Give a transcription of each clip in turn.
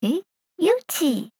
诶，Uchi，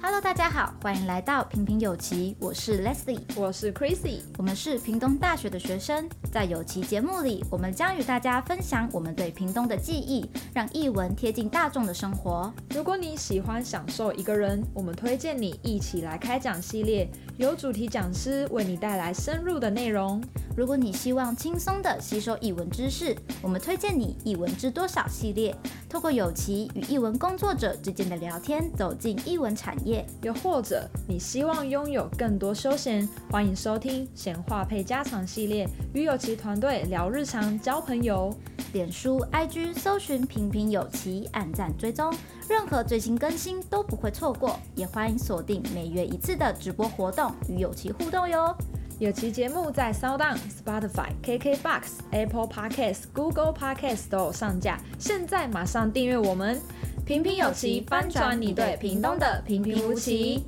Hello，大家好，欢迎来到平平有奇，我是 Leslie，我是 Crazy，我们是屏东大学的学生。在有奇节目里，我们将与大家分享我们对屏东的记忆，让译文贴近大众的生活。如果你喜欢享受一个人，我们推荐你一起来开讲系列，由主题讲师为你带来深入的内容。如果你希望轻松地吸收译文知识，我们推荐你《译文知多少》系列，透过有奇与译文工作者之间的聊天，走进译文产业。又或者你希望拥有更多休闲，欢迎收听《闲话配家常》系列，与有其团队聊日常、交朋友。脸书、IG 搜寻“平平有奇”，按赞追踪，任何最新更新都不会错过。也欢迎锁定每月一次的直播活动，与有奇互动哟。有其节目在 Sound、Spotify、KKBox、Apple Podcasts、Google Podcasts 都有上架，现在马上订阅我们。平平有奇，翻转你对屏东的平平无奇。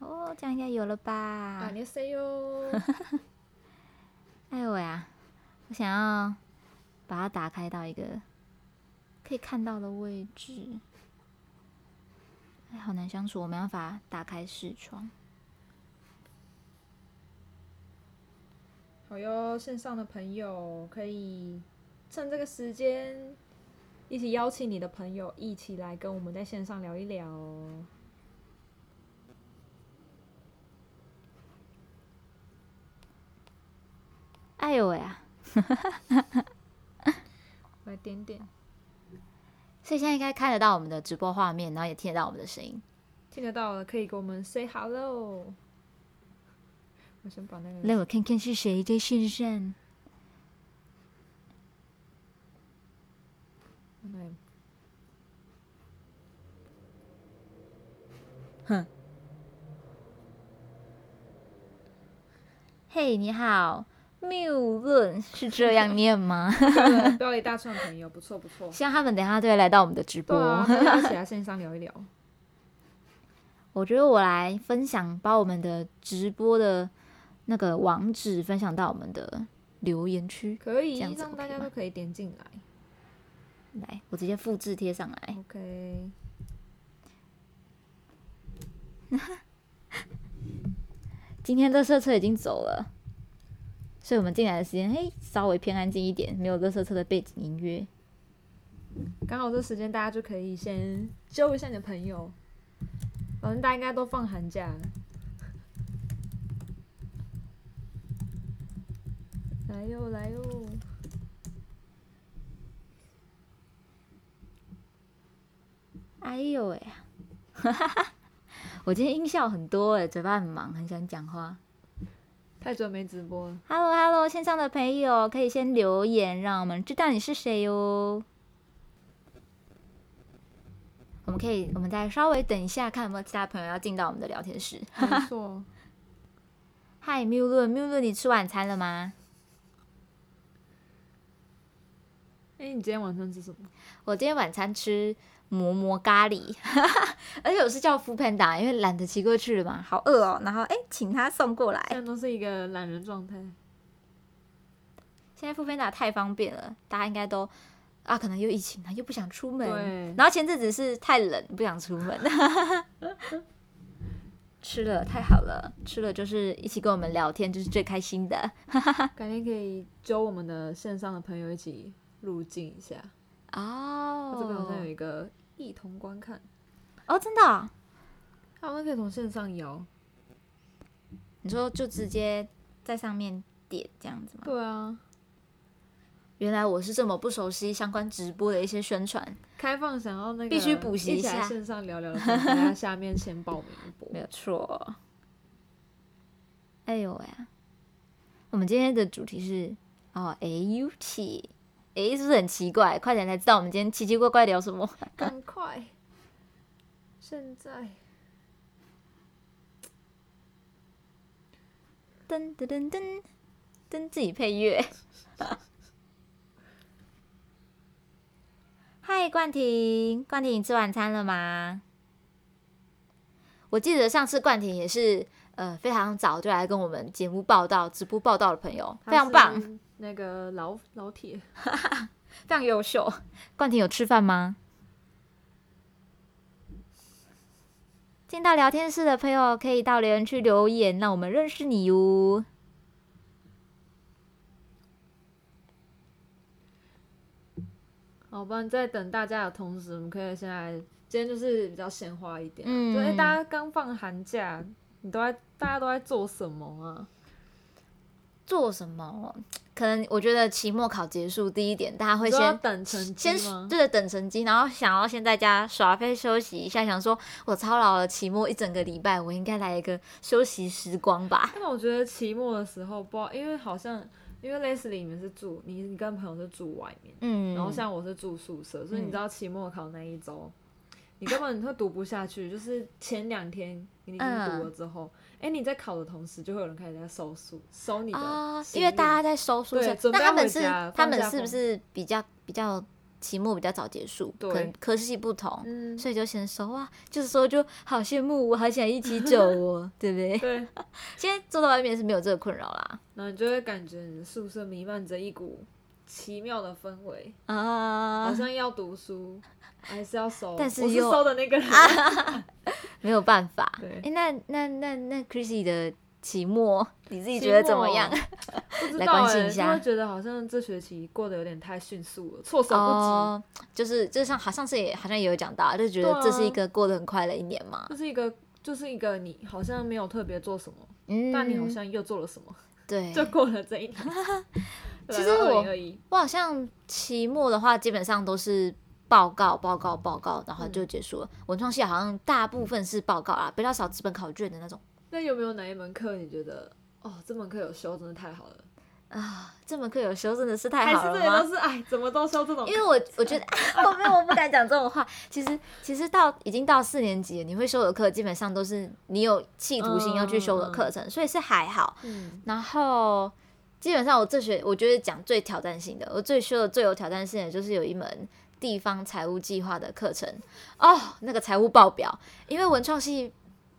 哦，这样应该有了吧啊，？你 say 哟。哎呦喂啊！我想要把它打开到一个可以看到的位置。哎，好难相处，我没办法打开视窗。好哟，线上的朋友可以趁这个时间，一起邀请你的朋友一起来跟我们在线上聊一聊。哎呦喂啊！来点点，所以现在应该看得到我们的直播画面，然后也听得到我们的声音。听得到了，可以给我们 say hello。我先把那个让我看看是谁在线上。对。嘿，你好，谬论是这 样念吗？标了一大串朋友，不错 不错。希望他们等一下都会来到我们的直对播。啊，可以一起来线上聊一聊。我觉得我来分享，把我们的直播的那个网址分享到我们的留言区 可这以样子让 OK 大家吗都可以点进来。来，我直接复制贴上来。 OK，今天垃圾车已经走了，所以我们进来的时间，嘿，稍微偏安静一点，没有垃圾车的背景音乐。刚好这时间大家就可以先揪一下你的朋友，反正大家应该都放寒假。来哟来哟，哎呦喂、啊，我今天音效很多哎、嘴巴很忙，很想讲话。太久没直播了， Hello Hello，线上的朋友可以先留言，让我们知道你是谁哟。我们可以，我们再稍微等一下，看有没有其他朋友要进到我们的聊天室。没错，嗨，谬论，谬论，你吃晚餐了吗？ 哎、你今天晚上吃什么？我今天晚餐吃馍馍咖喱， 而且我是叫 f o o Panda，因为懒得骑过去了嘛，好饿哦。然后哎，请他送过来。现在都是一个懒人状态。现在 f o o Panda 太方便了，大家应该都啊，可能又疫情了，又不想出门对。然后前阵子是太冷，不想出门。 吃了太好了，吃了就是一起跟我们聊天，就是最开心的改天可以揪我们的线上的朋友一起入境一下。哦这边好像有一个一同观看，哦，真的哦、他们可以从线上摇。你说就直接在上面点这样子吗？对啊，原来我是这么不熟悉相关直播的一些宣传，开放想要那个必须补习一一起来下线上聊聊的 朋友，大家下面先报名一波。没有错。哎呦喂、啊！我们今天的主题是哦，A T，哎，是不是很奇怪？快点才知道我们今天奇奇怪怪聊什么。 赶快，现在噔噔噔噔噔，自己配乐。 嗨，冠廷，冠廷，你吃晚餐了吗？我记得上次冠廷也是呃非常早就来跟我们节目报道、直播报道的朋友，非常棒。。那个老老铁，非常优秀。冠廷有吃饭吗？进到聊天室的朋友可以到留言区留言，让我们认识你哟。好，哦不然在等大家的同时，我们可以先来，今天就是比较闲话一点啊，嗯就哎、大家刚放寒假，你都在大家都在做什么啊？做什么？可能我觉得期末考结束第一点，大家会你都要先等成绩先吗？对着等成绩，然后想要先在家耍废休息一下，想说我操劳了期末一整个礼拜，我应该来一个休息时光吧。但我觉得期末的时候，不知道，因为好像因为 Leslie 你们是住你你跟朋友是住外面，嗯，然后像我是住宿舍，所以你知道期末考那一周，你根本会读不下去。就是前两天你已经嗯读了之后，哎、你在考的同时，就会有人开始在收宿收你的啊，行因李、为大家在收宿舍对，准备那要他们回是家他放们假是不放是比较比较期末比较早结束，可对能科系不同，嗯，所以就先收啊。就是说就好羡慕，我好想一起走哦， 对不对？对，现在坐到外面是没有这个困扰啦。然后你就会感觉你的宿舍弥漫着一股奇妙的氛围，啊好，像要读书，还是要收，但是我是又收的那个人，没有办法。对哎，那那那那 Chrissy 的期末你自己觉得怎么样？期 不知来道关哎、心一欸，就下会觉得好像这学期过得有点太迅速了，措 啊手不及。哦，就是就像好上次也好像也有讲到啊，就觉得对啊这是一个过得很快的一年嘛。就是一个，就是一个你好像没有特别做什么，嗯，但你好像又做了什么，对， 就过 了这一年。其实二我零二一，我好像期末的话，基本上都是报告、报告、报告，然后就嗯结束了。文创系好像大部分是报告啦，比较少纸本考卷的那种那有没有哪一门课你觉得哦，这门课有修真的太好了？啊。这门课有修真的是太还好是了这些都吗？是哎，怎么都修这种因？为我我觉得 我没有我不敢讲这种话。其实其实到已经到四年级了，你会修的课基本上都是你有企图心要去修的课程，所以是还好。嗯，然后基本上我这学，我觉得讲最挑战性的，我最修的最有挑战性的就是有一门地方财务计划的课程哦，那个财务报表，因为文创系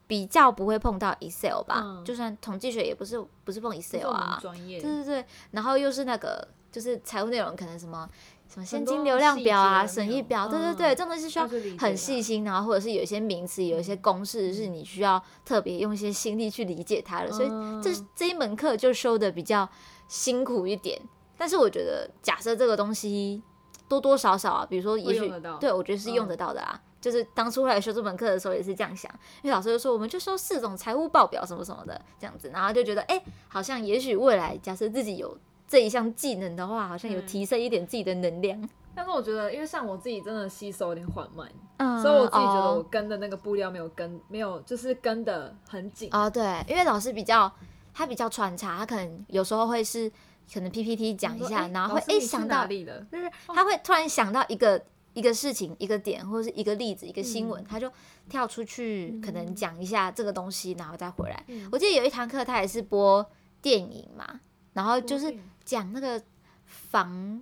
比较不会碰到 Excel 吧，嗯啊就算统计学也不是不是碰这是 Excel 我们啊，专业对对对，然后又是那个就是财务内容可能什啊么。什么现金多流量细表啊、节的损内益容表，对对嗯对，这种东西需要要去理解嗯很它细心，然后或者是有一些名词、有一些公式是你需要特别用一些心力去理解它的，所以这嗯这一门课就修的比较辛苦一点。但是我觉得，假设这个东西多多少少啊，比如说也会许用得到嗯对我觉得是用得到的啦。就是当初来修这门课的时候也是这样想，因为老师就说我们就修四种财务报表什么什么的这样子，然后就觉得哎、好像也许未来假设自己有这一项技能的话，好像有嗯提升一点自己的能量。但是我觉得，因为像我自己真的吸收有点缓慢，嗯所以我自己觉得哦我跟的那个步调没有跟，没有就是跟的很紧。哦，对，因为老师比较他比较穿插，他可能有时候会是可能 PPT 讲一说下，哎然后老会师哎你去想哪到，里了，就是他会突然想到一个一个事情、一个点或者是一个例子、一个新闻，嗯他就跳出去可能嗯讲一下这个东西，然后再回来。嗯我记得有一堂课他也是播电影嘛，然后就播是电影讲那个房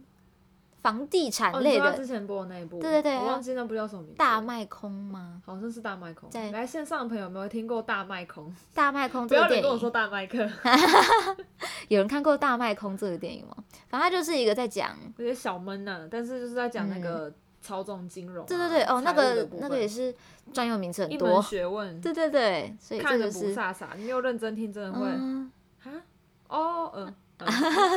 房地产哦，你类说他的之前播的那一部，对对对我忘记那部叫什么名字了，大卖空吗？好像是大麦空。在来线上的朋友有没有听过大 麦空？大卖空不这个要人电跟我影说大麦克， 有人看过《大卖空》这个电影吗？反正它就是一个在讲有些小闷呐、但是就是在讲那个操纵金融嗯啊、对对对，哦，那财务的个部那分个也是专有名词很一门多，学问， 对对对，所以这看个着不是飒飒，你没有认真听，真的会啊、嗯，哦，嗯、嗯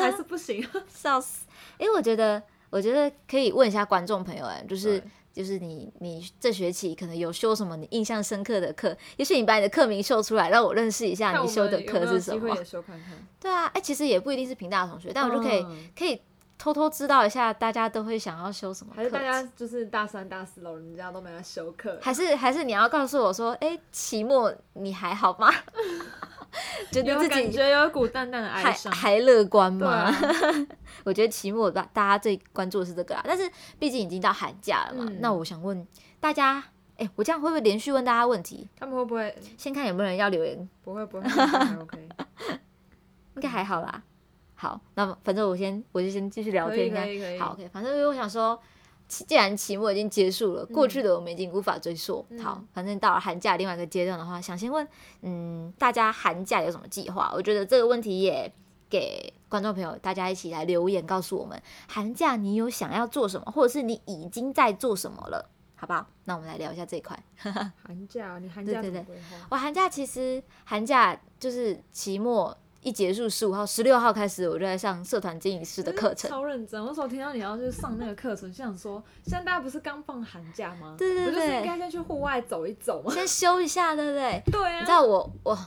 还是 不行。笑死！哎，我觉得我觉得可以问一下观众朋友，哎，就是对就是你你这学期可能有修什么你印象深刻的课，也许你把你的课名秀出来，让我认识一下看你我修们的有没课有是什机会么也。修看看，对啊，哎，其实也不一定是平大的同学，但我就可以嗯可以偷偷知道一下大家都会想要修什么还是课大家程。就是大三、大四老人家都没来修课，还是还是你要告诉我说，哎，期末你还好吗？ 觉得有自己感觉有一股淡淡的哀还伤。还乐观对吗？啊， 我觉得期末大大家最关注的是这个啊啦，但是毕竟已经到寒假了嘛，嗯那我想问大家，哎、我这样会不会连续问大家问题？他们会不会先看有没有人要留言，不会 不会还 OK？应嗯该还好啦。好，那么反正我先我就先继续聊可以天，可应以可以，该好 OK。反正因为我想说，期既然期末已经结束了，过去的我们已经无法追溯。嗯好，反正到了寒假另外一个阶段的话，想先问，嗯，大家寒假有什么计划？我觉得这个问题也给观众朋友大家一起来留言，告诉我们寒假你有想要做什么，或者是你已经在做什么了，好不好？那我们来聊一下这一块。寒假你寒对假对怎么对规划？我寒假其实寒假就是期末一结束，十五号、十六号开始，我就在上社团经营师的课程。超认真。我那时候听到你要去上那个课程，就想说， 现在大家不是刚放寒假吗？对对不就是对应该先去户外走一走吗？ 先休一下，对不对？对你啊知，道我我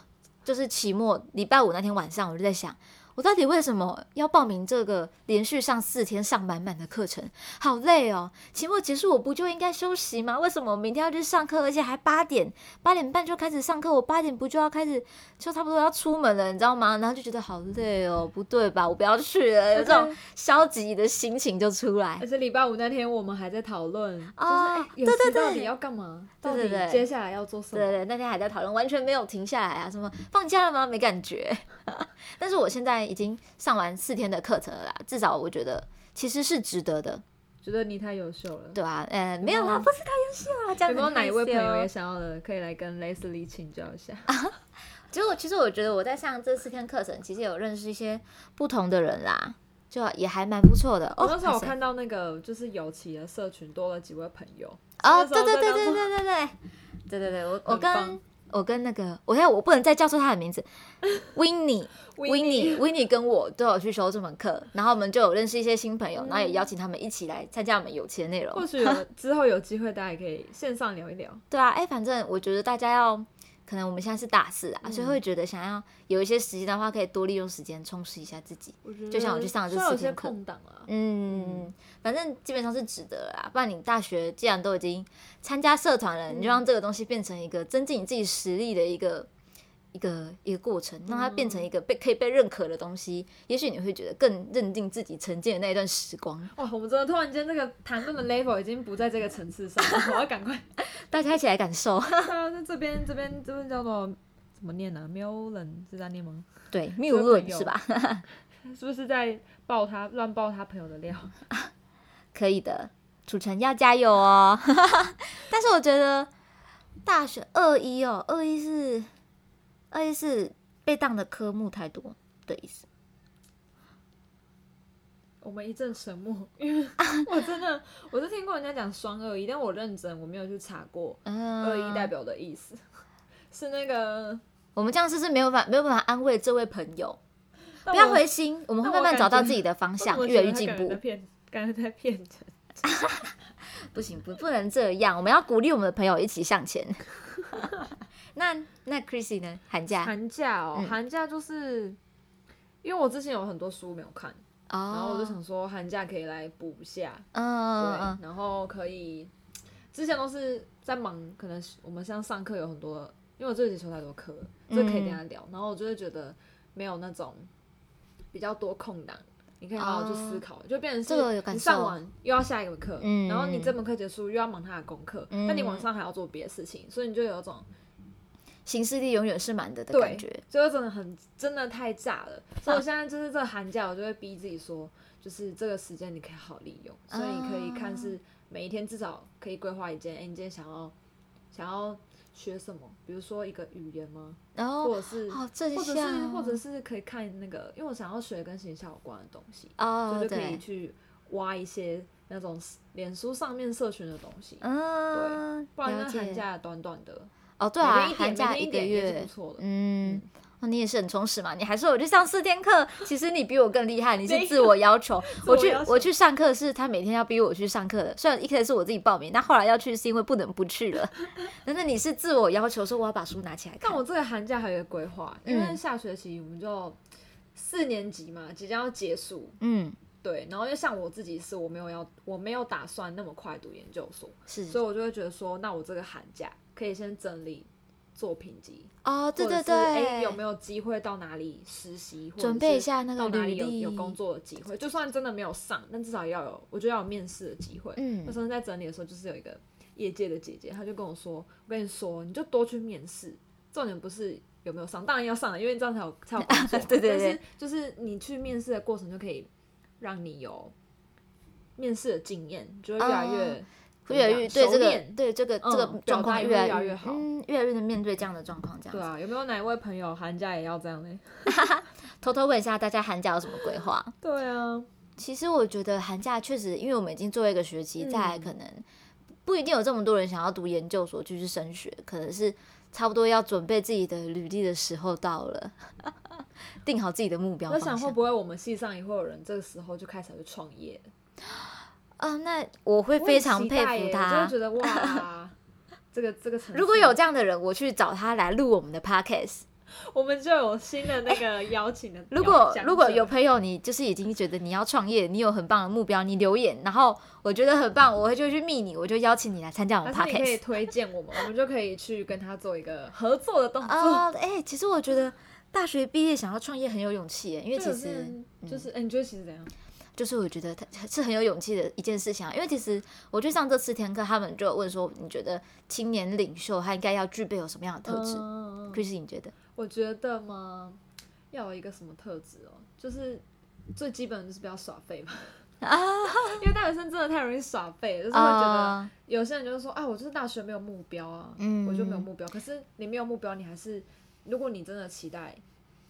就是期末礼拜五那天晚上，我就在想，我到底为什么要报名这个连续上四天上满满的课程？好累哦！期末结束我不就应该休息吗？为什么我明天要去上课，而且还八点八点半就开始上课？我八点不就要开始就差不多要出门了，你知道吗？然后就觉得好累哦，不对吧？我不要去了，有这种消极的心情就出来而。且礼拜五那天我们还在讨论，啊就是哎对有对时对到底要干嘛，对到对底对接下来要做什对么？对，那天还在讨论，完全没有停下来啊，什么放假了吗？没感觉。 但是我现在已经上完四天的课程了啦，至少我觉得其实是值得的，觉得你太优秀了。对啊，呃，没有啦，有不是太优秀啊，这样哦有没有很哪一位害朋羞友也想要的，可以来跟 Leslie 请教一下？结果其实我觉得我在上这四天课程，其实有认识一些不同的人啦，就也还蛮不错的。哦我，那时候哇我塞看到那个就是有奇的社群多了几位朋友，哦，那时对候对在对当对中对对对，对对对，我我很跟棒我跟那个，我现在我不能再叫出他的 名字，Winnie。维 Winnie 尼，维尼跟我都有去修这门课，然后我们就有认识一些新朋友，然后也邀请他们一起来参加我们有期的内或容。许有之后有机会，大家也可以线上聊一 聊。对啊，哎，反正我觉得大家要，可能我们现在是大四啊，所以会觉得想要有一些时间的话，可以多利用时间充实一下自己。我觉得就像我去上了这虽然有四天些课空档啊，嗯，反正基本上是值得了啦。不然你大学既然都已经参加社团了，你就让这个东西变成一个增进你自己实力的一个一个一个过程，让它变成一个被可以被认可的东西。也许你会觉得更认定自己曾经的那一段时光。哇，我们真的突然间这个谈论的 level 已经不在这个层次上了，我要赶快。大家一起来感 受。对啊，那这边这边这边叫做怎么念呢、没有人是在念吗？对，谬论朋友是吧？是不是在爆他乱爆他朋友的料？可以的，楚晨要加油哦。 但是我觉得大学二一哦，二一是二一是被当的科目太多的意思。 我们一阵沉默，因为 我真的我是听过人家讲双二一，但我认真我没有去查过嗯，二一代表的意思， 是那个我们这样是不是没有办法没有办法安慰这位朋友？不不要灰心，我们会但慢我慢感找到觉自己的方向，我越来觉越进得他感觉步在。骗，感觉在骗人。不行，不不能这样，我们要鼓励我们的朋友一起向 前。那那 Chrissy 呢？寒假寒假哦，嗯寒假就是因为我之前有很多书没有看，哦，然后我就想说寒假可以来补一下，嗯，嗯嗯对，然后可以之前都是在忙，可能是我们像上课有很多，因为我这学期修太多课了，这个可以嗯跟他聊，然后我就会觉得没有那种比较多空档。你可以好好去思考，就变成哦这个有是感你受上完又要下一个课，嗯然后你这门课结束又要忙他的功课，嗯但你晚上还要做别的事情，所以你就有种行事力永远是满的的对感觉。就是真的很真的太炸了，所以我现在就是这个寒假，我就会逼自己说，就是这个时间你可以好利用，所以你可以看是每一天至少可以规划一件，哎、你今天想要想要学什么，比如说一个语言吗？然后或者是、哦好正或者向是哦，或者是可以看那个，因为我想要学跟形象有关的东西，哦，所以就可以对，去挖一些那种脸书上面社群的东西，嗯，不然了那寒解。假短短的，哦，对啊，每天寒一点，假每天个点也是月不，错的。嗯。哦，你也是很充实嘛？你还说我去上四天课，其实你比我更厉害，你是自我要求。 自我我去要求我去上课是他每天要逼我去上课的，虽然一开始是我自己报名，但后来要去是因为不能不去 了。但是你是自我要求说我要把书拿起来看但。我这个寒假还有一个规划，因为嗯下学期我们就四年级嘛，即将要结束。嗯，对，然后又像我自己是我没有要，我没有打算那么快读研究所，是所以我就会觉得说，那我这个寒假可以先整理作品集，哦，对对或者是哎对，有没有机会到哪里实习，或者准备一是下那个到哪里履有历有工？作的机会，就算真的没有上，但至少要有，我觉得要有面试的机会。嗯那时候在整理的时候，就是有一个业界的姐姐，她就跟我说：“我跟你说，你就多去面试，重点不是有没有上，当然要上了，啊因为这样才有才有工作。 对对对但是就是你去面试的过程就可以让你有面试的经验，就会越来越、怎么哦越来讲越对熟这个练对这个这个嗯状表况达也越会越来来越好嗯，越来越能面对这样的状况，这样对子。啊，有没有哪一位朋友寒假也要这样呢？偷偷问一下大家寒假有什么规划？对啊，其实我觉得寒假确实，因为我们已经做一个学期，嗯再来可能不一定有这么多人想要读研究所继续升学，可能是差不多要准备自己的履历的时候到了，定好自己的目标我在方想向。会不会我们系上也会有人这个时候就开始就创业了，啊、那我会我非很常期佩待服耶他我就。会觉得哇，这个这个城市如果有这样的人，我去找他来录我们的 podcast。我们就有新的那个邀请的 如果讲者如果有朋友你就是已经觉得你要创业，你有很棒的目标，你留言，然后我觉得很棒，我会就去密你，我就邀请你来参加我们还是你可以 podcast。推 荐我们，我们就可以去跟他做一个合作的动作。啊，哎、其实我觉得大学毕业想要创业很有勇气耶，因为就其有些实人就是，嗯哎、你觉得其实怎样？就是我觉得它是很有勇气的一件事情啊。因为其实我去上这四天课，他们就有问说，你觉得青年领袖他应该要具备有什么样的特质、嗯 c h r i s 你觉得？我觉得嘛，要有一个什么特质哦，就是最基本的就是不要耍废嘛。 因为大学生真的太容易耍废了，就是会觉得啊有些人就是说，啊，我就是大学没有目标啊，嗯我就没有目标。可是你没有目标，你还是，如果你真的期待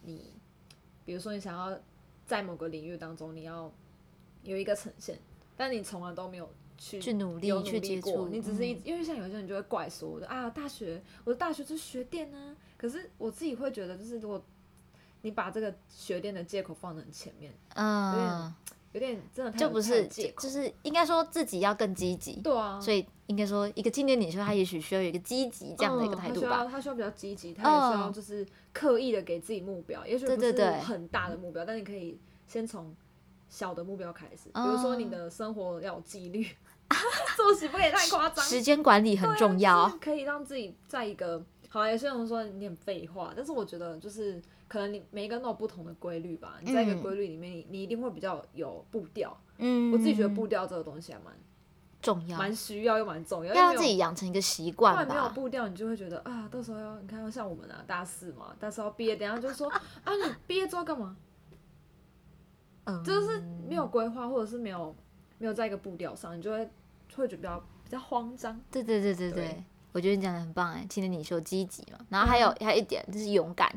你，比如说你想要在某个领域当中你要有一个呈现，但你从来都没有去去努力有去接过触你只是一嗯因为像有些人就会怪说的啊，大学我的大学就是学电啊，可是我自己会觉得，就是如果你把这个学电的借口放得很前面，嗯，有点真的太就不太是，有借口，就是应该说自己要更积极。对啊，所以应该说，一个青年领袖他也许需要有一个积极这样的一个嗯态度吧。他需要他需要比较积极，他也需要嗯就是刻意的给自己目标，也许对不对是对很大的目标，但你可以先从小的目标开始，比如说你嗯的生活要有纪律， 作息不可以太夸张，时间管理很重要。啊就是可以让自己在一个好。有些人说你很废话，但是我觉得就是可能你每一个人都有不同的规律吧。你在一个嗯规律里面，你你一定会比较有步调。嗯，我自己觉得步调这个东西还蛮重要，蛮需要又蛮重要，要因为没让有自己养成一个习不惯然没有吧。步调，你就会觉得啊，到时候要你看像我们啊，大四嘛，大四要毕业，等一下就说啊，你毕业之后干嘛？嗯，就是没有规划，或者是没有没有在一个步调上，你就会会觉得比较比较慌张。对对对对对，对嗯我觉得你讲的很棒哎，青年领袖积极嘛，然后还有、还有一点就是勇敢，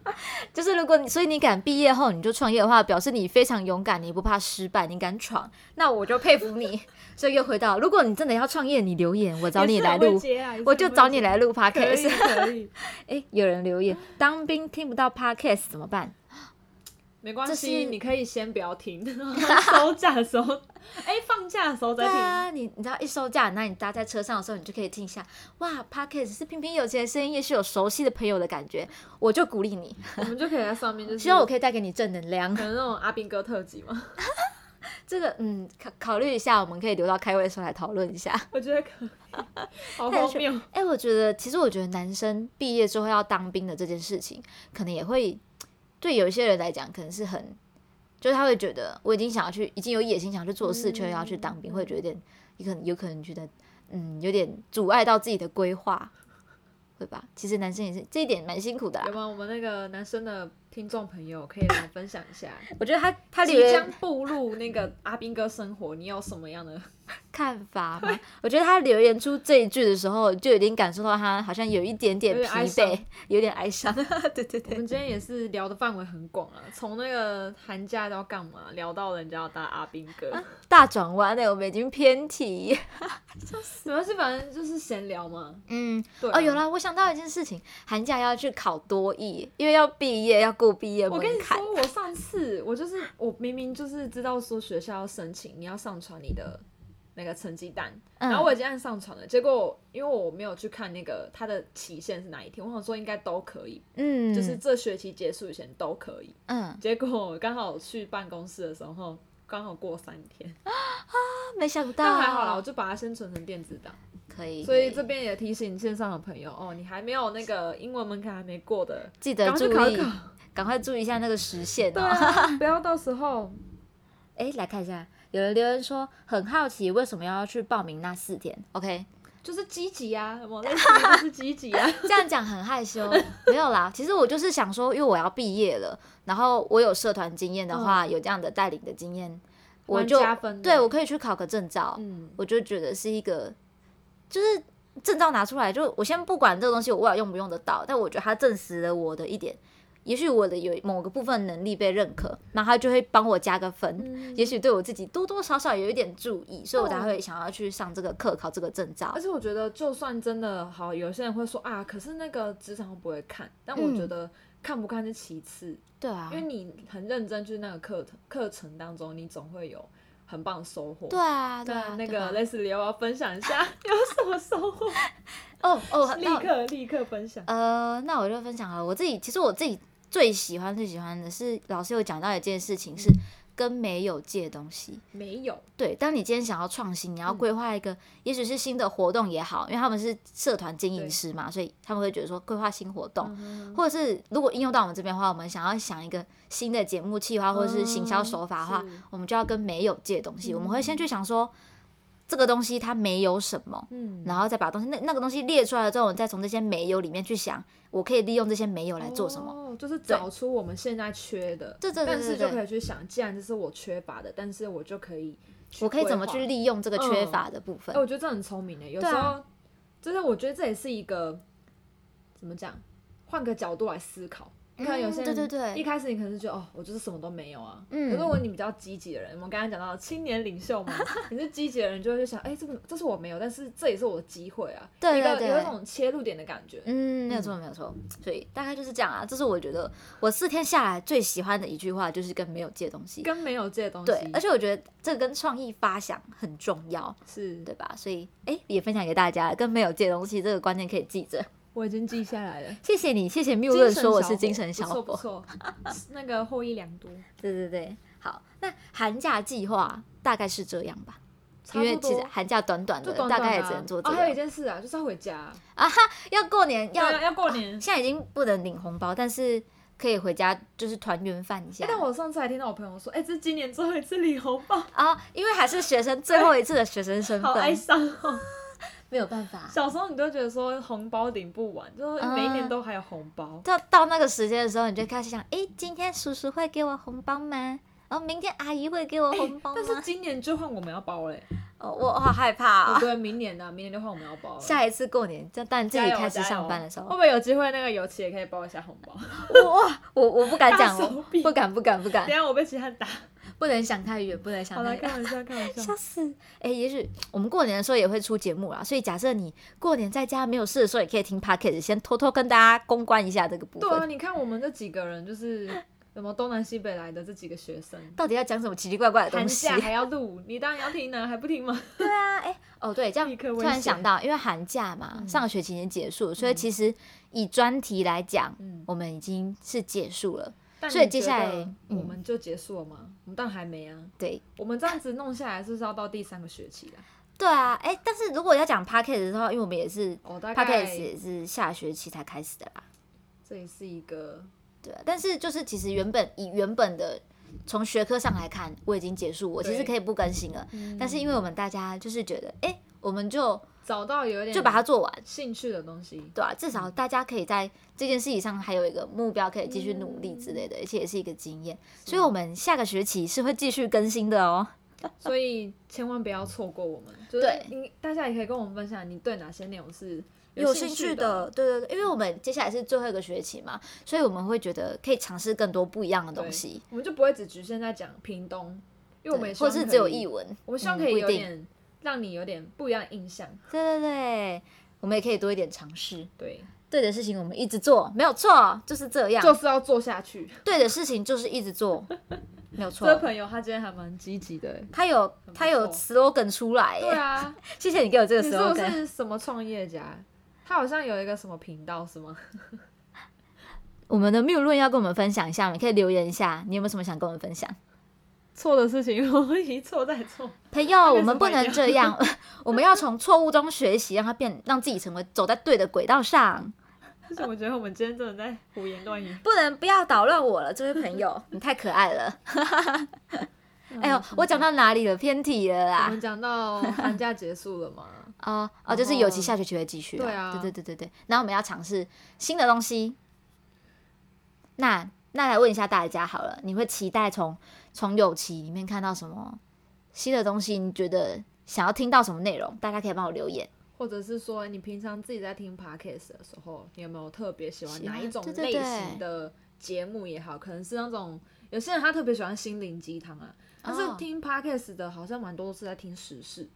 就是如果你所以你敢毕业后你就创业的话，表示你非常勇敢，你不怕失败，你敢闯，那我就佩服你。 所以又回到，如果你真的要创业，你留言，我找啊你来录，我就找你来录可以 podcast。可 以，哎，有人留言，当兵听不到 podcast 怎么办？没关这系，是你可以先不要听， 收假的时候，哎、放假的时候再对听。啊，你你知道一收假，那你搭在车上的时候，你就可以听一下，哇，podcast 是平平有钱的声音，也是有熟悉的朋友的感觉，我就鼓励你。我们就可以在上面，就是希望我可以带给你正能量 可。能那种阿兵哥特辑嘛，这个嗯，考考虑一下，我们可以留到开会的时候来讨论一下。我觉得可以，好太有荒趣谬。哎、我觉得其实我觉得男生毕业之后要当兵的这件事情，可能也会对有一些人来讲，可能是很，就是他会觉得我已经想要去，已经有野心想要去做事，却又要去当兵，会觉得有点，有可能有可能觉得嗯，有点阻碍到自己的规划，会吧？其实男生也是这一点蛮辛苦的有啦。吗？我们那个男生的听众朋友可以来分享 一下，我觉得他他即留言将步入那个阿兵哥生活，你有什 么样的？看法嘛。我觉得他留言出这一句的时候，就已经感受到他好像有一点点有疲点哀惫伤，有点哀伤。 对对我对，们今天也是聊的范围很广啊，从那个寒假到干嘛，聊到人家要当阿兵哥，大转弯欸呢，我们已经偏题。主要是反正就是闲聊嘛。嗯，对啊哦，有啦，我想到一件事情，寒假要去考多艺，因为要毕业，要过毕业我门跟你槛。说，我上次我就是我明明就是知道说学校要申请，你要上传你的那个成绩单，嗯然后我已经按上传了，结果因为我没有去看那个它的期限是哪一天，我想说应该都可以，嗯，就是这学期结束以前都可以。嗯，结果我刚好去办公室的时候，刚好过三天，没想到，但还好啦，我就把它先存成电子档。可以。所以可这边也提醒线上的朋友哦，你还没有那个英文门槛还没过的，记得赶快注去考一意哦考，。赶快注意一下那个时限对哦。 啊，不要到时候哎，来看一下，有人留言说很好奇为什么要去报名那四天。OK， 就是积极啊，我类似的就是积极 啊。这样讲很害羞，没有啦。其实我就是想说，因为我要毕业了，然后我有社团经验的话，有这样的带领的经验，我嗯蛮就加分的对我可以去考个证照。嗯，我就觉得是一个，就是证照拿出来，就我先不管这个东西我未来用不用得到，但我觉得它证实了我的一点也许我的有某个部分能力被认可，然后他就会帮我加个分。嗯嗯也许对我自己多多少少有一点注意，所以我才会想要去上这个课，考这个证照哦而。且我觉得，就算真的好，有些人会说啊，可是那个职场不会看，但我嗯觉得看不看是其次，对啊因为，你很认真去那个课程课程当中，你总会有很棒的收获。对啊，对啊，那对吧个 Leslie 要不要分享一下 有什么收获？哦哦，立那刻立刻分享。呃，那我就分享好了。我自己其实我自己最喜欢最喜欢的是老师有讲到一件事情，是跟没有借东西。没有，对，当你今天想要创新，你嗯要规划一个，也许是新的活动也好，因为他们是社团经营对师嘛，所以他们会觉得说规划新活动，嗯或者是如果应用到我们这边的话，我们想要想一个新的节目计划或者是行销手法的话，嗯是我们就要跟没有借东西，我们会先去想说这个东西它没有什么，嗯然后再把东西那那个东西列出来了之后，我们再从这些没有里面去想，我可以利用这些没有来做什么。哦？就是找出我们现在缺的，对对对对但是就对可以去想，既然这是我缺乏的，但是我就可以，我可以怎么去？利用这个缺乏的部分？哎、我觉得这很聪明的，有时对候、啊就是我觉得这也是一个怎么讲，换个角度来思考。你看有些嗯人、对对对一开始你可能是觉得哦，我就是什么都没有啊。嗯可是如果你比较积极的人，我们刚刚讲到青年领 袖嘛，你是积极的人，就会去想，哎、这个这是我没有，但是这也是我的机会啊。对一个对对有一种切入点的感觉。嗯，没有错，没有错。所以大概就是这样啊。这是我觉得我四天下来最喜欢的一句话，就是跟没有借东西。跟没有这些东西，对，而且我觉得这跟创意发想很重要，是对吧？所以，哎，也分享给大家，跟没有借东西这个观念可以记着。我已经记下来了。谢谢你，谢谢缪精论神说我小是伙精神小伙，不错不错，那个获益良多，对对对，好，那寒假计划大概是这样吧，差因不为其实多寒假短短就的，短短大的概也啊只能做这哦，还有一样件事啊，就是要回家啊， 啊哈。要过年要对，啊要过年。现在已经不能领红包，但是可以回家就是团圆饭一下哎但我上次还听到我朋友说，哎，这是今年最后一次领红包，啊，因为还是学生最后一次的学生身好哀份，伤 哦。没有办法。小时候你都觉得说红包领不完，就是每一年嗯都还有红包。到到那个时间的时候，你就开始想，诶，今天叔叔会给我红包吗？然后明天阿姨会给我红包哎但是吗？今年就换我们要包 嘞，哦，我我好害怕、哦哦。对，明年呢，明年就换我们要包了。下一次过年，就当你自加己油开始加油哦上班的时候会，不会有机会那个尤其也可以包一下红包？哇，我我不敢讲，啊大手 我笔不敢不敢不敢 等一，下我被其他人打。不能想太远，不能想好了，太远。哎开玩笑，开 玩笑。笑死！哎、也许我们过年的时候也会出节目啦，所以假设你过年在家没有事的时候，也可以听 p o c k e t 先偷偷跟大家公关一下这个部对啊，分。你看我们这几个人，就是什么东南西北来的这几个学 生，到底要讲什么奇奇怪怪的寒东西假？还要录，你当然要听呢、还不听吗？ 对啊，哎、哦对，这样立刻威突胁然想到，因为寒假嘛，嗯上个学期已经结束，所以嗯其实以专题来讲，嗯，我们已经是结束了。但所以你接觉下来嗯得我们就结束了吗？我们当然还没啊，对我们这样子弄下来，是不是要到第三个学期了？对啊，哎、但是如果要讲 p o c k e t 的话，因为我们也是哦，大 p o c k e 概 t 也是下学期才开始的啦。这也是一个，对啊，但是就是其实原本以原本的从学科上来看，我已经结束，我其实对嗯可以不更新了。嗯但是因为我们大家就是觉得，哎、我们就找到有点就把它做完，兴趣的东西，对吧、啊至少大家可以在这件事情上还有一个目标，可以继续努力之类的，而且也嗯是一个经验。所以我们下个学期是会继续更新的哦。所以千万不要错过我们。就是对你大家也可以跟我们分享，你对哪些内容是有兴兴趣的的，。对对对，因为我们接下来是最后一个学期嘛，所以我们会觉得可以尝试更多不一样的东对西，我们就不会只局限在讲屏东，因为我们也或希望是可只有以译文，我们希望嗯可以不一有定点让你有点不一样的印象。对对对，我们也可以多一点尝试。对，对的事情我们一直做，没有错，就是这样。就是要做下去。对的事情就是一直 做，没有这位错。朋友他今天还蛮积极的欸。他有错他有 slogan 出来对耶，啊，谢谢你给我这个你是不 slogan。是什么创业家？他好像有一个什么频道是吗？ 我们的谬论要跟我们分享一下吗，你可以留言一下，你有没有什么想跟我们分享？错的事情 我们一错再错。 朋大概友，是我们不能这 样，我们要从错误中学习，让它变，让自己成为走在对的轨道上，而且我觉得我们今天真的在胡言乱语。不能不要捣乱我了，这位朋 友，你太可爱了。哎呦，我讲到哪里了？偏题了我啦。们讲到寒假结束了嘛？哦哦，就是然尤后其下学期会继续、对啊对对对对对。然后我们要尝试新的东西。那那来问一下大家好了，你会期待从从有期里面看到什么新的东西？你觉得想要听到什么内容？大家可以帮我留言。或者是说，你平常自己在听 podcast 的时候，你有没有特别喜欢喜哪欢一种对对类对型的节目也好，可能是那种有些人他特别喜欢心灵鸡汤啊，但是哦听 podcast 的好像蛮多都是在听时事。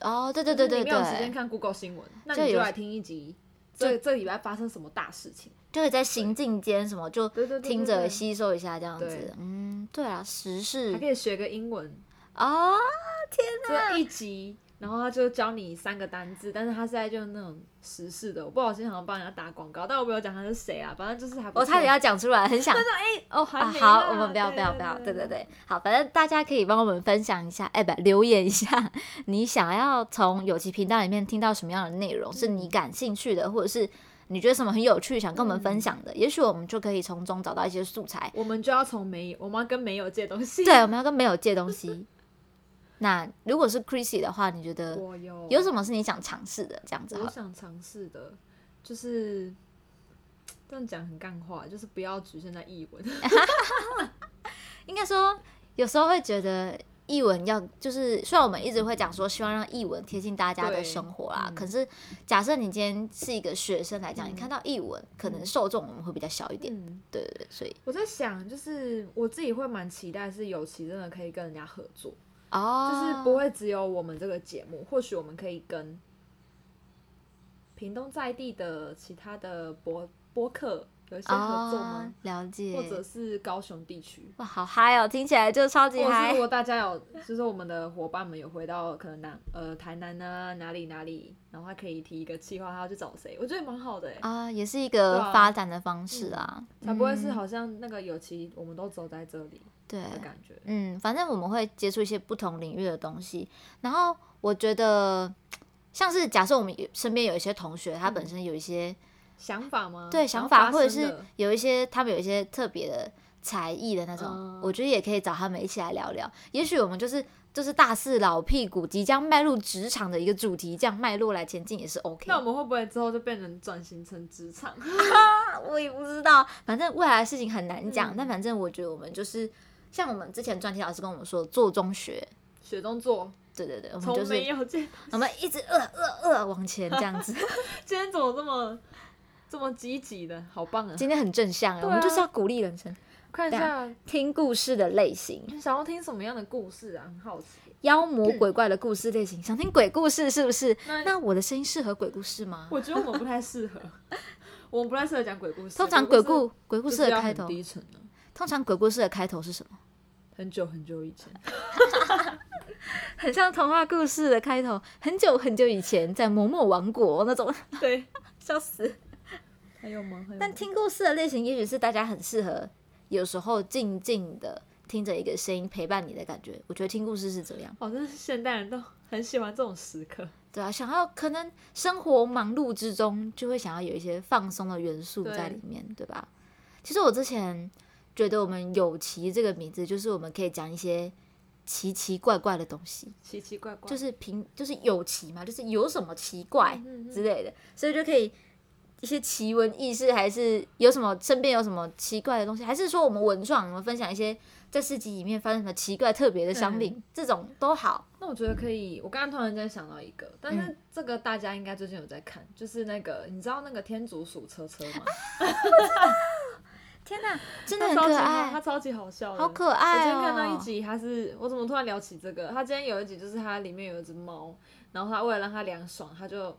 哦，对对对对你没有时间对，看 Google 新闻，那这你就有来听一集，这这礼拜发生什么大事情？就会在行进间什么就对对对对听着对吸收一下这样对子。嗯，对啊，时还事可以学个英文，哦，这一集，然后他就教你三个单字，但是他是在就那种时事的，我不小心好像帮人家打广告，但我没有讲他是谁啊，反正就是还不我差点错要讲出来，很想哦，还啊，没好啦，我们不要对嗯不要不要，对对对，好，反正大家可以帮我们分享一下，哎，不，留言一下，你想要从有奇频道里面听到什么样的内容，是嗯你感兴趣的，或者是你觉得什么很有趣，想跟我们嗯分享的，也许我们就可以从中找到一些素材。我们就要从没有，我们要跟没有借东西。对，我们要跟没有借东西。那如果是 Chrissy 的话，你觉得我有有什么是你想尝试的？这样子好我了，想尝试的，就是这样讲很干话，就是不要局限在译文。应该说有时候会觉得。译文要就是，虽然我们一直会讲说希望让译文贴近大家的对生活啦，嗯可是假设你今天是一个学生来讲，你嗯看到译文可能嗯受众我们会比较小一点，嗯，对对对，所以 我在想，就是我自己会蛮期待是有其真的可以跟人家合作，哦，就是不会只有我们这个节目，或许我们可以跟屏东在地的其他的播播客有一些合哦作吗？，了解，或者是高雄地区？哇，好嗨哦，听起来就超级或者是嗨如，果大家有，就是我们的伙伴们有回到可能南呃台南啊哪里哪里，然后他可以提一个计划，他要去找谁，我觉得蛮好的、欸，啊、也是一对个啊发展的方式啊，才不会是嗯好像那个有其我们都走在这里对，的感觉。嗯，反正我们会接触一些不同领域的东西。然后我觉得，像是假设我们有身边有一些同学，他本身有一些、嗯想法吗？对然想后法，发或者生是的有一些他们有一些特别的才艺的那种，嗯我觉得也可以找他们一起来聊聊。也许我们就是就是大四老屁股即将迈入职场的一个主题，这样脉络来前进也是 OK 那我们会不会之后就变成转型成职场？ 我也不知道，反正未来的事情很难讲。嗯但反正我觉得我们就是像我们之前专题老师跟我们说，做中学，雪中做，对对对，我们就从是没有见到。我们一直饿饿饿往前这样 子，今天怎么这么这么积极的？好棒啊！今啊天很正向啊，对我啊们就是要鼓励人生。看一下听故事的类型，想要听什么样的故事啊？很好奇。妖魔鬼怪的故事类型，想听鬼故事是不是？那嗯那我的声音适合鬼故事吗？我觉得我们不太适合， 我们不太适合讲鬼故事。通常鬼故故鬼故故事就是的要开很头，低沉啊，通常鬼故事的开头是什么？很久很久 以前，很像童话故事的开头，很久很久以前，在某某王国那种，对，笑死。 还有吗？还有吗 但听故事的类型，也许是大家很适合，有时候静静的听着一个声音陪伴你的感觉。我觉得听故事是这样。好像哦是现代人都很喜欢这种时刻，对啊，想要可能生活忙碌之中，就会想要有一些放松的元素在里面，对吧？其实我之前觉得我们“有奇”这个名字，就是我们可以讲一些奇奇怪怪的东西，奇奇怪怪，就是是平就是有奇嘛，就是有什么奇怪嗯嗯嗯之类的，所以就可以一些奇闻异事，还是有什么身边有什么奇怪的东西，还是说我们文创，我们分享一些在市集里面发生什么奇怪特别的商品，这种都好。那我觉得可以，我刚刚突然间想到一个，但嗯是这个大家应该最近有在看，就是那个你知道那个天竺鼠车车吗？天哪，真的它很超级可好，它爱，超级好笑的，好可爱、哦！我今天看到一集，它是我怎么突然聊起这个？它今天有一集就是它里面有一只猫，然后它为了让它凉爽，它就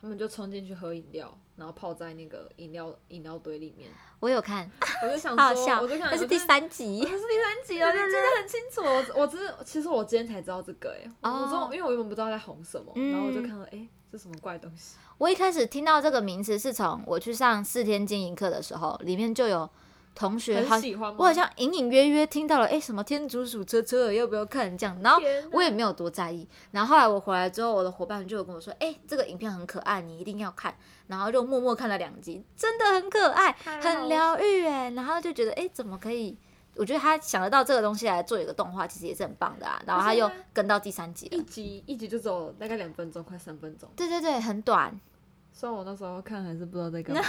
他们就冲进去喝饮料，然后泡在那个饮料饮料堆里面。我有看，我就想好好说，笑，我就看那是第，三集 我看这是第三集了，啊你记得很清楚。哦我我只是其实我今天才知道这个哎、我我哦中因为我原本不知道在红什么，嗯然后我就看到哎、这什么怪东西？我一开始听到这个名词是从我去上四天经营课的时候，里面就有同学好很，喜欢吗？我好像隐隐约约听到了，哎、什么天竺鼠车车要不要看这样，然后天哪我也没有多在意。然后后来我回来之后，我的伙伴就有跟我说，哎、这个影片很可爱，你一定要看。然后就默默看了两集，真的很可爱，太好了很疗愈哎。然后就觉得，哎、怎么可以？我觉得他想得到这个东西来做一个动画，其实也是很棒的啊。然后他又而且他跟到第三集了一。集一集就只有大概两分钟，快三分钟。对对对，很短。虽然我那时候看还是不知道在 干嘛。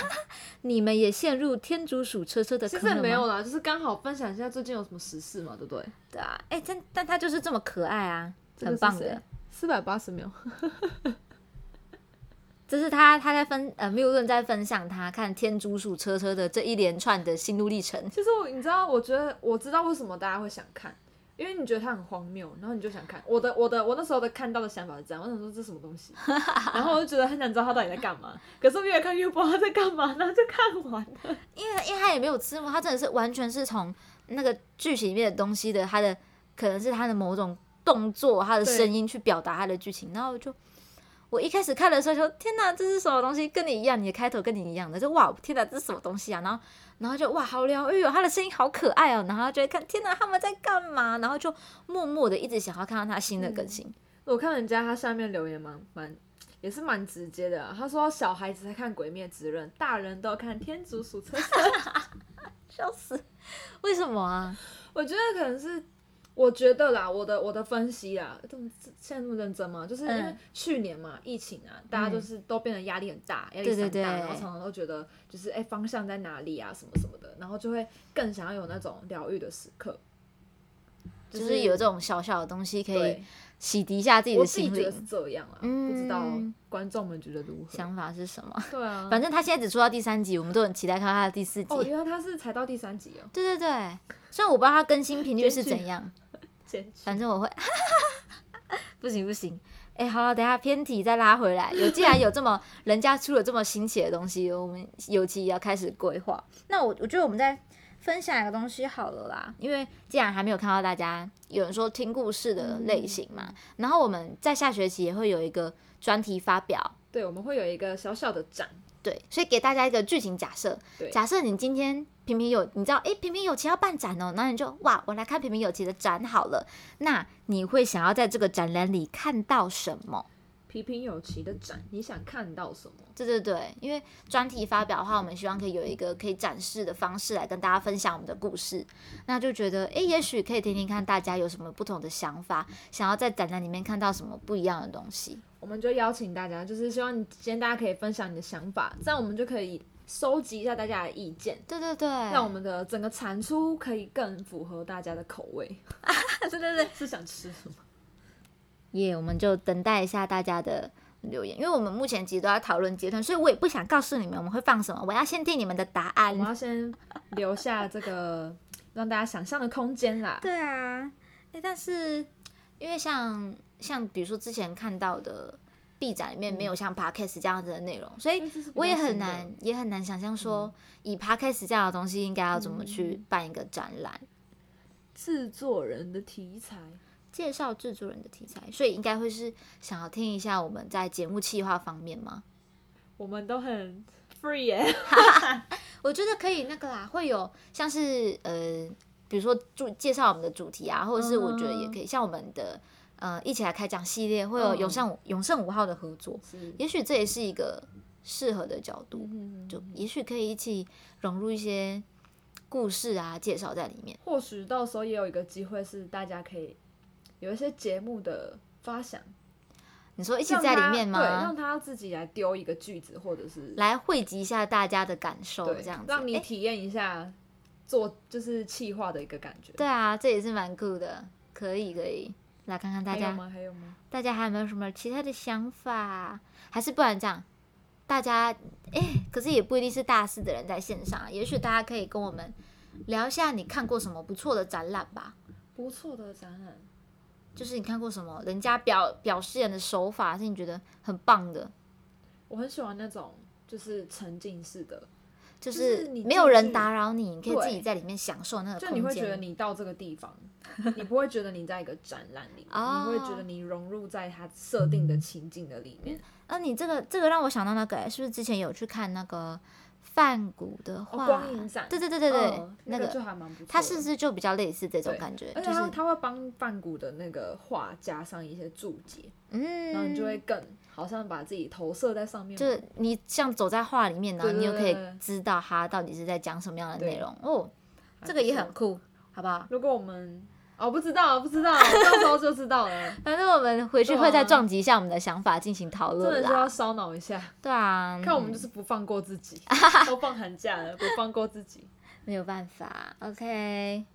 你们也陷入天竺鼠车车的其坑实也了没吗有啦，就是刚好分享一下最近有什么时事嘛，对不对？对啊，哎、但但它就是这么可爱啊，这个很是棒 谁的。四百八十秒，这这是他他在分呃谬论在分享他看天竺鼠车车的这一连串的心路历程。其实我你知道，我觉得我知道为什么大家会想看，因为你觉得它很荒谬，然后你就想看。我的我的我那时候的看到的想法是这样，我想说这是什么东西， 然后我就觉得很想知道他到底在干嘛。可是我越看越不知道他在干嘛，然后就看完了。因为因为他也没有字幕，他真的是完全是从那个剧情里面的东西的，他的可能是他的某种动作、他的对声音去表达他的剧情。然后我就我一开始看的时候就天哪，这是什么东西？跟你一样，你的开头跟你一样的，就哇天哪，这是什么东西啊？然后然后就哇好疗愈哦，他的声音好可爱哦，然后就会看天哪他们在干嘛？然后就默默的一直想要看到他新的嗯更新。我看人家他下面留言蛮蛮也是蛮直接的啊、他说小孩子在看《鬼灭之刃》，大人都看《天竺鼠车车》。笑死！ 为什么啊？我觉得可能是，我觉得啦，我的我的分析啦，这么现在这么认真吗？就是因为嗯去年嘛，疫情啊，大家就是都变得压力很大，压力对山大，对对然后常常都觉得就是哎、方向在哪里啊，什么什么的，然后就会更想要有那种疗愈的时刻，就是有这种小小的东西可以对，洗涤一下自己我的自己心觉得是灵。这样啊，嗯不知道观众们觉得如何？想法是什么？ 对啊，反正他现在只出到第三集，我们都很期待看到他的第四集。哦，原来他是才到第三集哦，对对对，虽然我不知道他更新频率是怎样，简直反正我会， 不行不行。哎、好了，等一下偏题再拉回来。有既然有这么人家出了这么新奇的东西，我们尤其要开始规划。那我我觉得我们再分享一个东西好了啦，因为既然还没有看到大家有人说听故事的类型嘛，然后我们在下学期也会有一个专题发表，对，我们会有一个小小的展，对，所以给大家一个剧情假设对，假设你今天平平有，你知道，诶，平平有奇要办展哦，那你就哇，我来看平平有奇的展好了。那你会想要在这个展览里看到什么？皮平有奇的展，你想看到什么？对对对，因为专题发表的话，我们希望可以有一个可以展示的方式来跟大家分享我们的故事。那就觉得，诶，也许可以听听看大家有什么不同的想法，想要在展览里面看到什么不一样的东西。我们就邀请大家，就是希望你今天大家可以分享你的想法，这样我们就可以收集一下大家的意见，对对对，让我们的整个产出可以更符合大家的口味。对对对，是想吃什么？耶我们就等待一下大家的留言，因为我们目前其实都在讨论阶段，所以我也不想告诉你们我们会放什么，我要先听你们的答我们案。要先留下这个让大家想象的空间啦。对啊，哎，但是因为像像比如说之前看到的 B 展里面没有像 podcast 这样子的内容，所以嗯哎这是比较我也很新的嗯难也很难想象说以 podcast 这样的东西应该要怎么去办一个展览，制作人的题材，介绍制作人的题材，所以应该会是想要听一下我们在节目企划方面吗？我们都很 free 耶、我觉得可以那个啦，会有像是呃，比如说主介绍我们的主题啊，或者是我觉得也可以、像我们的呃一起来开讲系列，会有嗯永盛、永盛五号的合作，是也许这也是一个适合的角度，嗯就也许可以一起融入一些故事啊介绍在里面。或许到时候也有一个机会是大家可以有一些节目的发想，你说一起让在他里面对，吗？让他自己来丢一个句子，或者是来汇集一下大家的感受，对这样子让你诶体验一下做就是气化的一个感觉。对啊，这也是蛮酷的，可以可以，来看看大还有家吗？还有吗？大家还有没有什么其他的想法？还是不然这样，大家哎、可是也不一定是大四的人在线上啊，也许大家可以跟我们聊一下你看过什么不错的展览吧。不错的展览，就是你看过什么人家表表示人的手法是你觉得很棒的，我很喜欢那种就是沉浸式的，就就是是你没有人进去打扰你，你可以自己对在里面享受那个就空间。你会觉得你到这个地方， 你不会觉得你在一个展览里面，哦你会觉得你融入在它设定的情境的里面。啊，你这个这个让我想到那个、欸，是不是之前有去看那个梵谷的画、哦光影展对对对对对，嗯那那个就还蛮不错的。它是不是就比较类似这种对感觉？而且就他是他会帮梵谷的那个画加上一些注解，嗯，然后你就会更好像把自己投射在上面嘛。就是你像走在画里面，然后对你又可以对对知道它到底是在讲什么样的内容哦，还这个也不错很酷，好不好？如果我们哦不知道不知道，到时候就知道了。反正我们回去对啊会再撞击一下我们的想法进行讨真的论是要啦。烧脑一下，对啊，看我们嗯就是不放过自己， 都放寒假了，不放过自己。没有办法。OK，嗯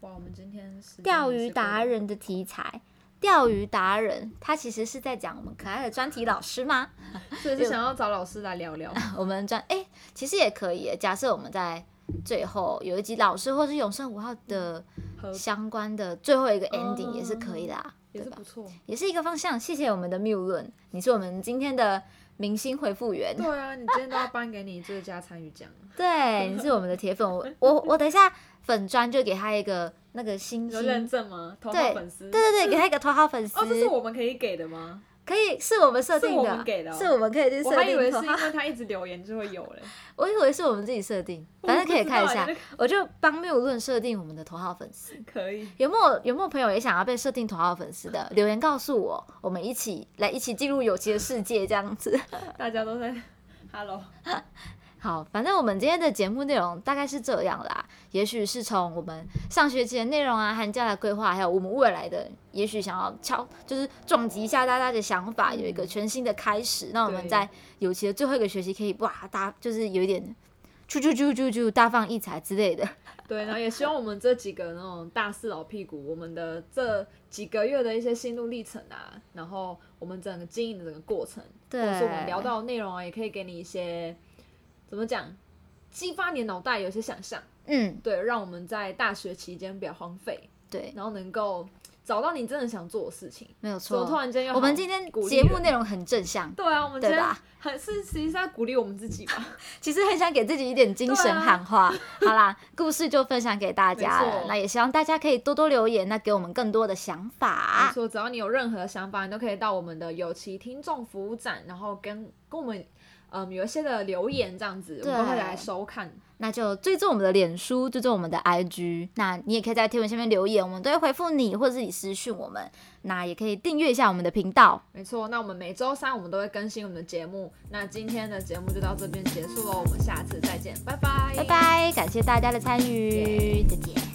哇，我们今天时间钓也鱼是过得达人的题材，钓鱼达人，他其实是在讲我们可爱的专题老师吗？ 所以是想要找老师来聊聊。我们专哎、其实也可以耶。假设我们在最后有一集老师或是永生五号的嗯合相关的最后一个哦 ending 也是可以啦，也对是吧不？错。也是一个方向。谢谢我们的谬论，你是我们今天的明星回复 员对，啊，你今天都要颁给你最佳参与奖。对，你是我们的铁粉。我我我等一下粉砖就给他一个那个星有星，认对证吗？头号对粉丝？对对，给他一个头号粉丝，哦，这是我们可以给的吗？可以是我们设是定我的，们给的哦是我们可以去我设还以为定是头因号。为他一直留言就会有嘞。我以为是我们自己设定， 反正可以看一下我不知道。哎我就帮谬论设定我们的头号粉丝。可以，有没有有没有朋友也想要被设定头号粉丝的？留言告诉我，我们一起来一起进入有奇的世界这样子。大家都在 Hello，好，反正我们今天的节目内容大概是这样啦。也许是从我们上学期的内容啊、寒假的规划，还有我们未来的，也许想要敲，就是撞击一下大家的想法，有一个全新的开始。那我们对在有奇的最后一个学期，可以哇，大就是有一点啾啾啾啾啾大放异彩之类的。对，然后也希望我们这几个那种大四老屁股，我们的这几个月的一些心路历程啊，然后我们整个经营的整个过程，或对，者是我们聊到的内容啊，也可以给你一些怎么讲，激发你的脑袋有一些想象，嗯，对，让我们在大学期间不要荒废，对，然后能够找到你真的想做的事情。没有所以错我。突然间又我们好今天鼓励节目人内容很正向，对啊，我们今对天吧很是实际是在鼓励我们自己吧。其实很想给自己一点精神喊话。好啦，故事就分享给大家啊没了错，那也希望大家可以多多留言，那给我们更多的想没法。错，只要你有任何想法，你都可以到我们的有其听众服务站，然后跟跟我们嗯有一些的留言这样子，我对们都会来收看。那就追踪我们的脸书，追踪我们的 IG，那你也可以在贴文下面留言，我们都会回复你，或者是你私讯我们。那也可以订阅一下我们的频道。没错，那我们每周三我们都会更新我们的节目。那今天的节目就到这边结束喽，我们下次再见，拜拜，拜。拜，感谢大家的参与，再见。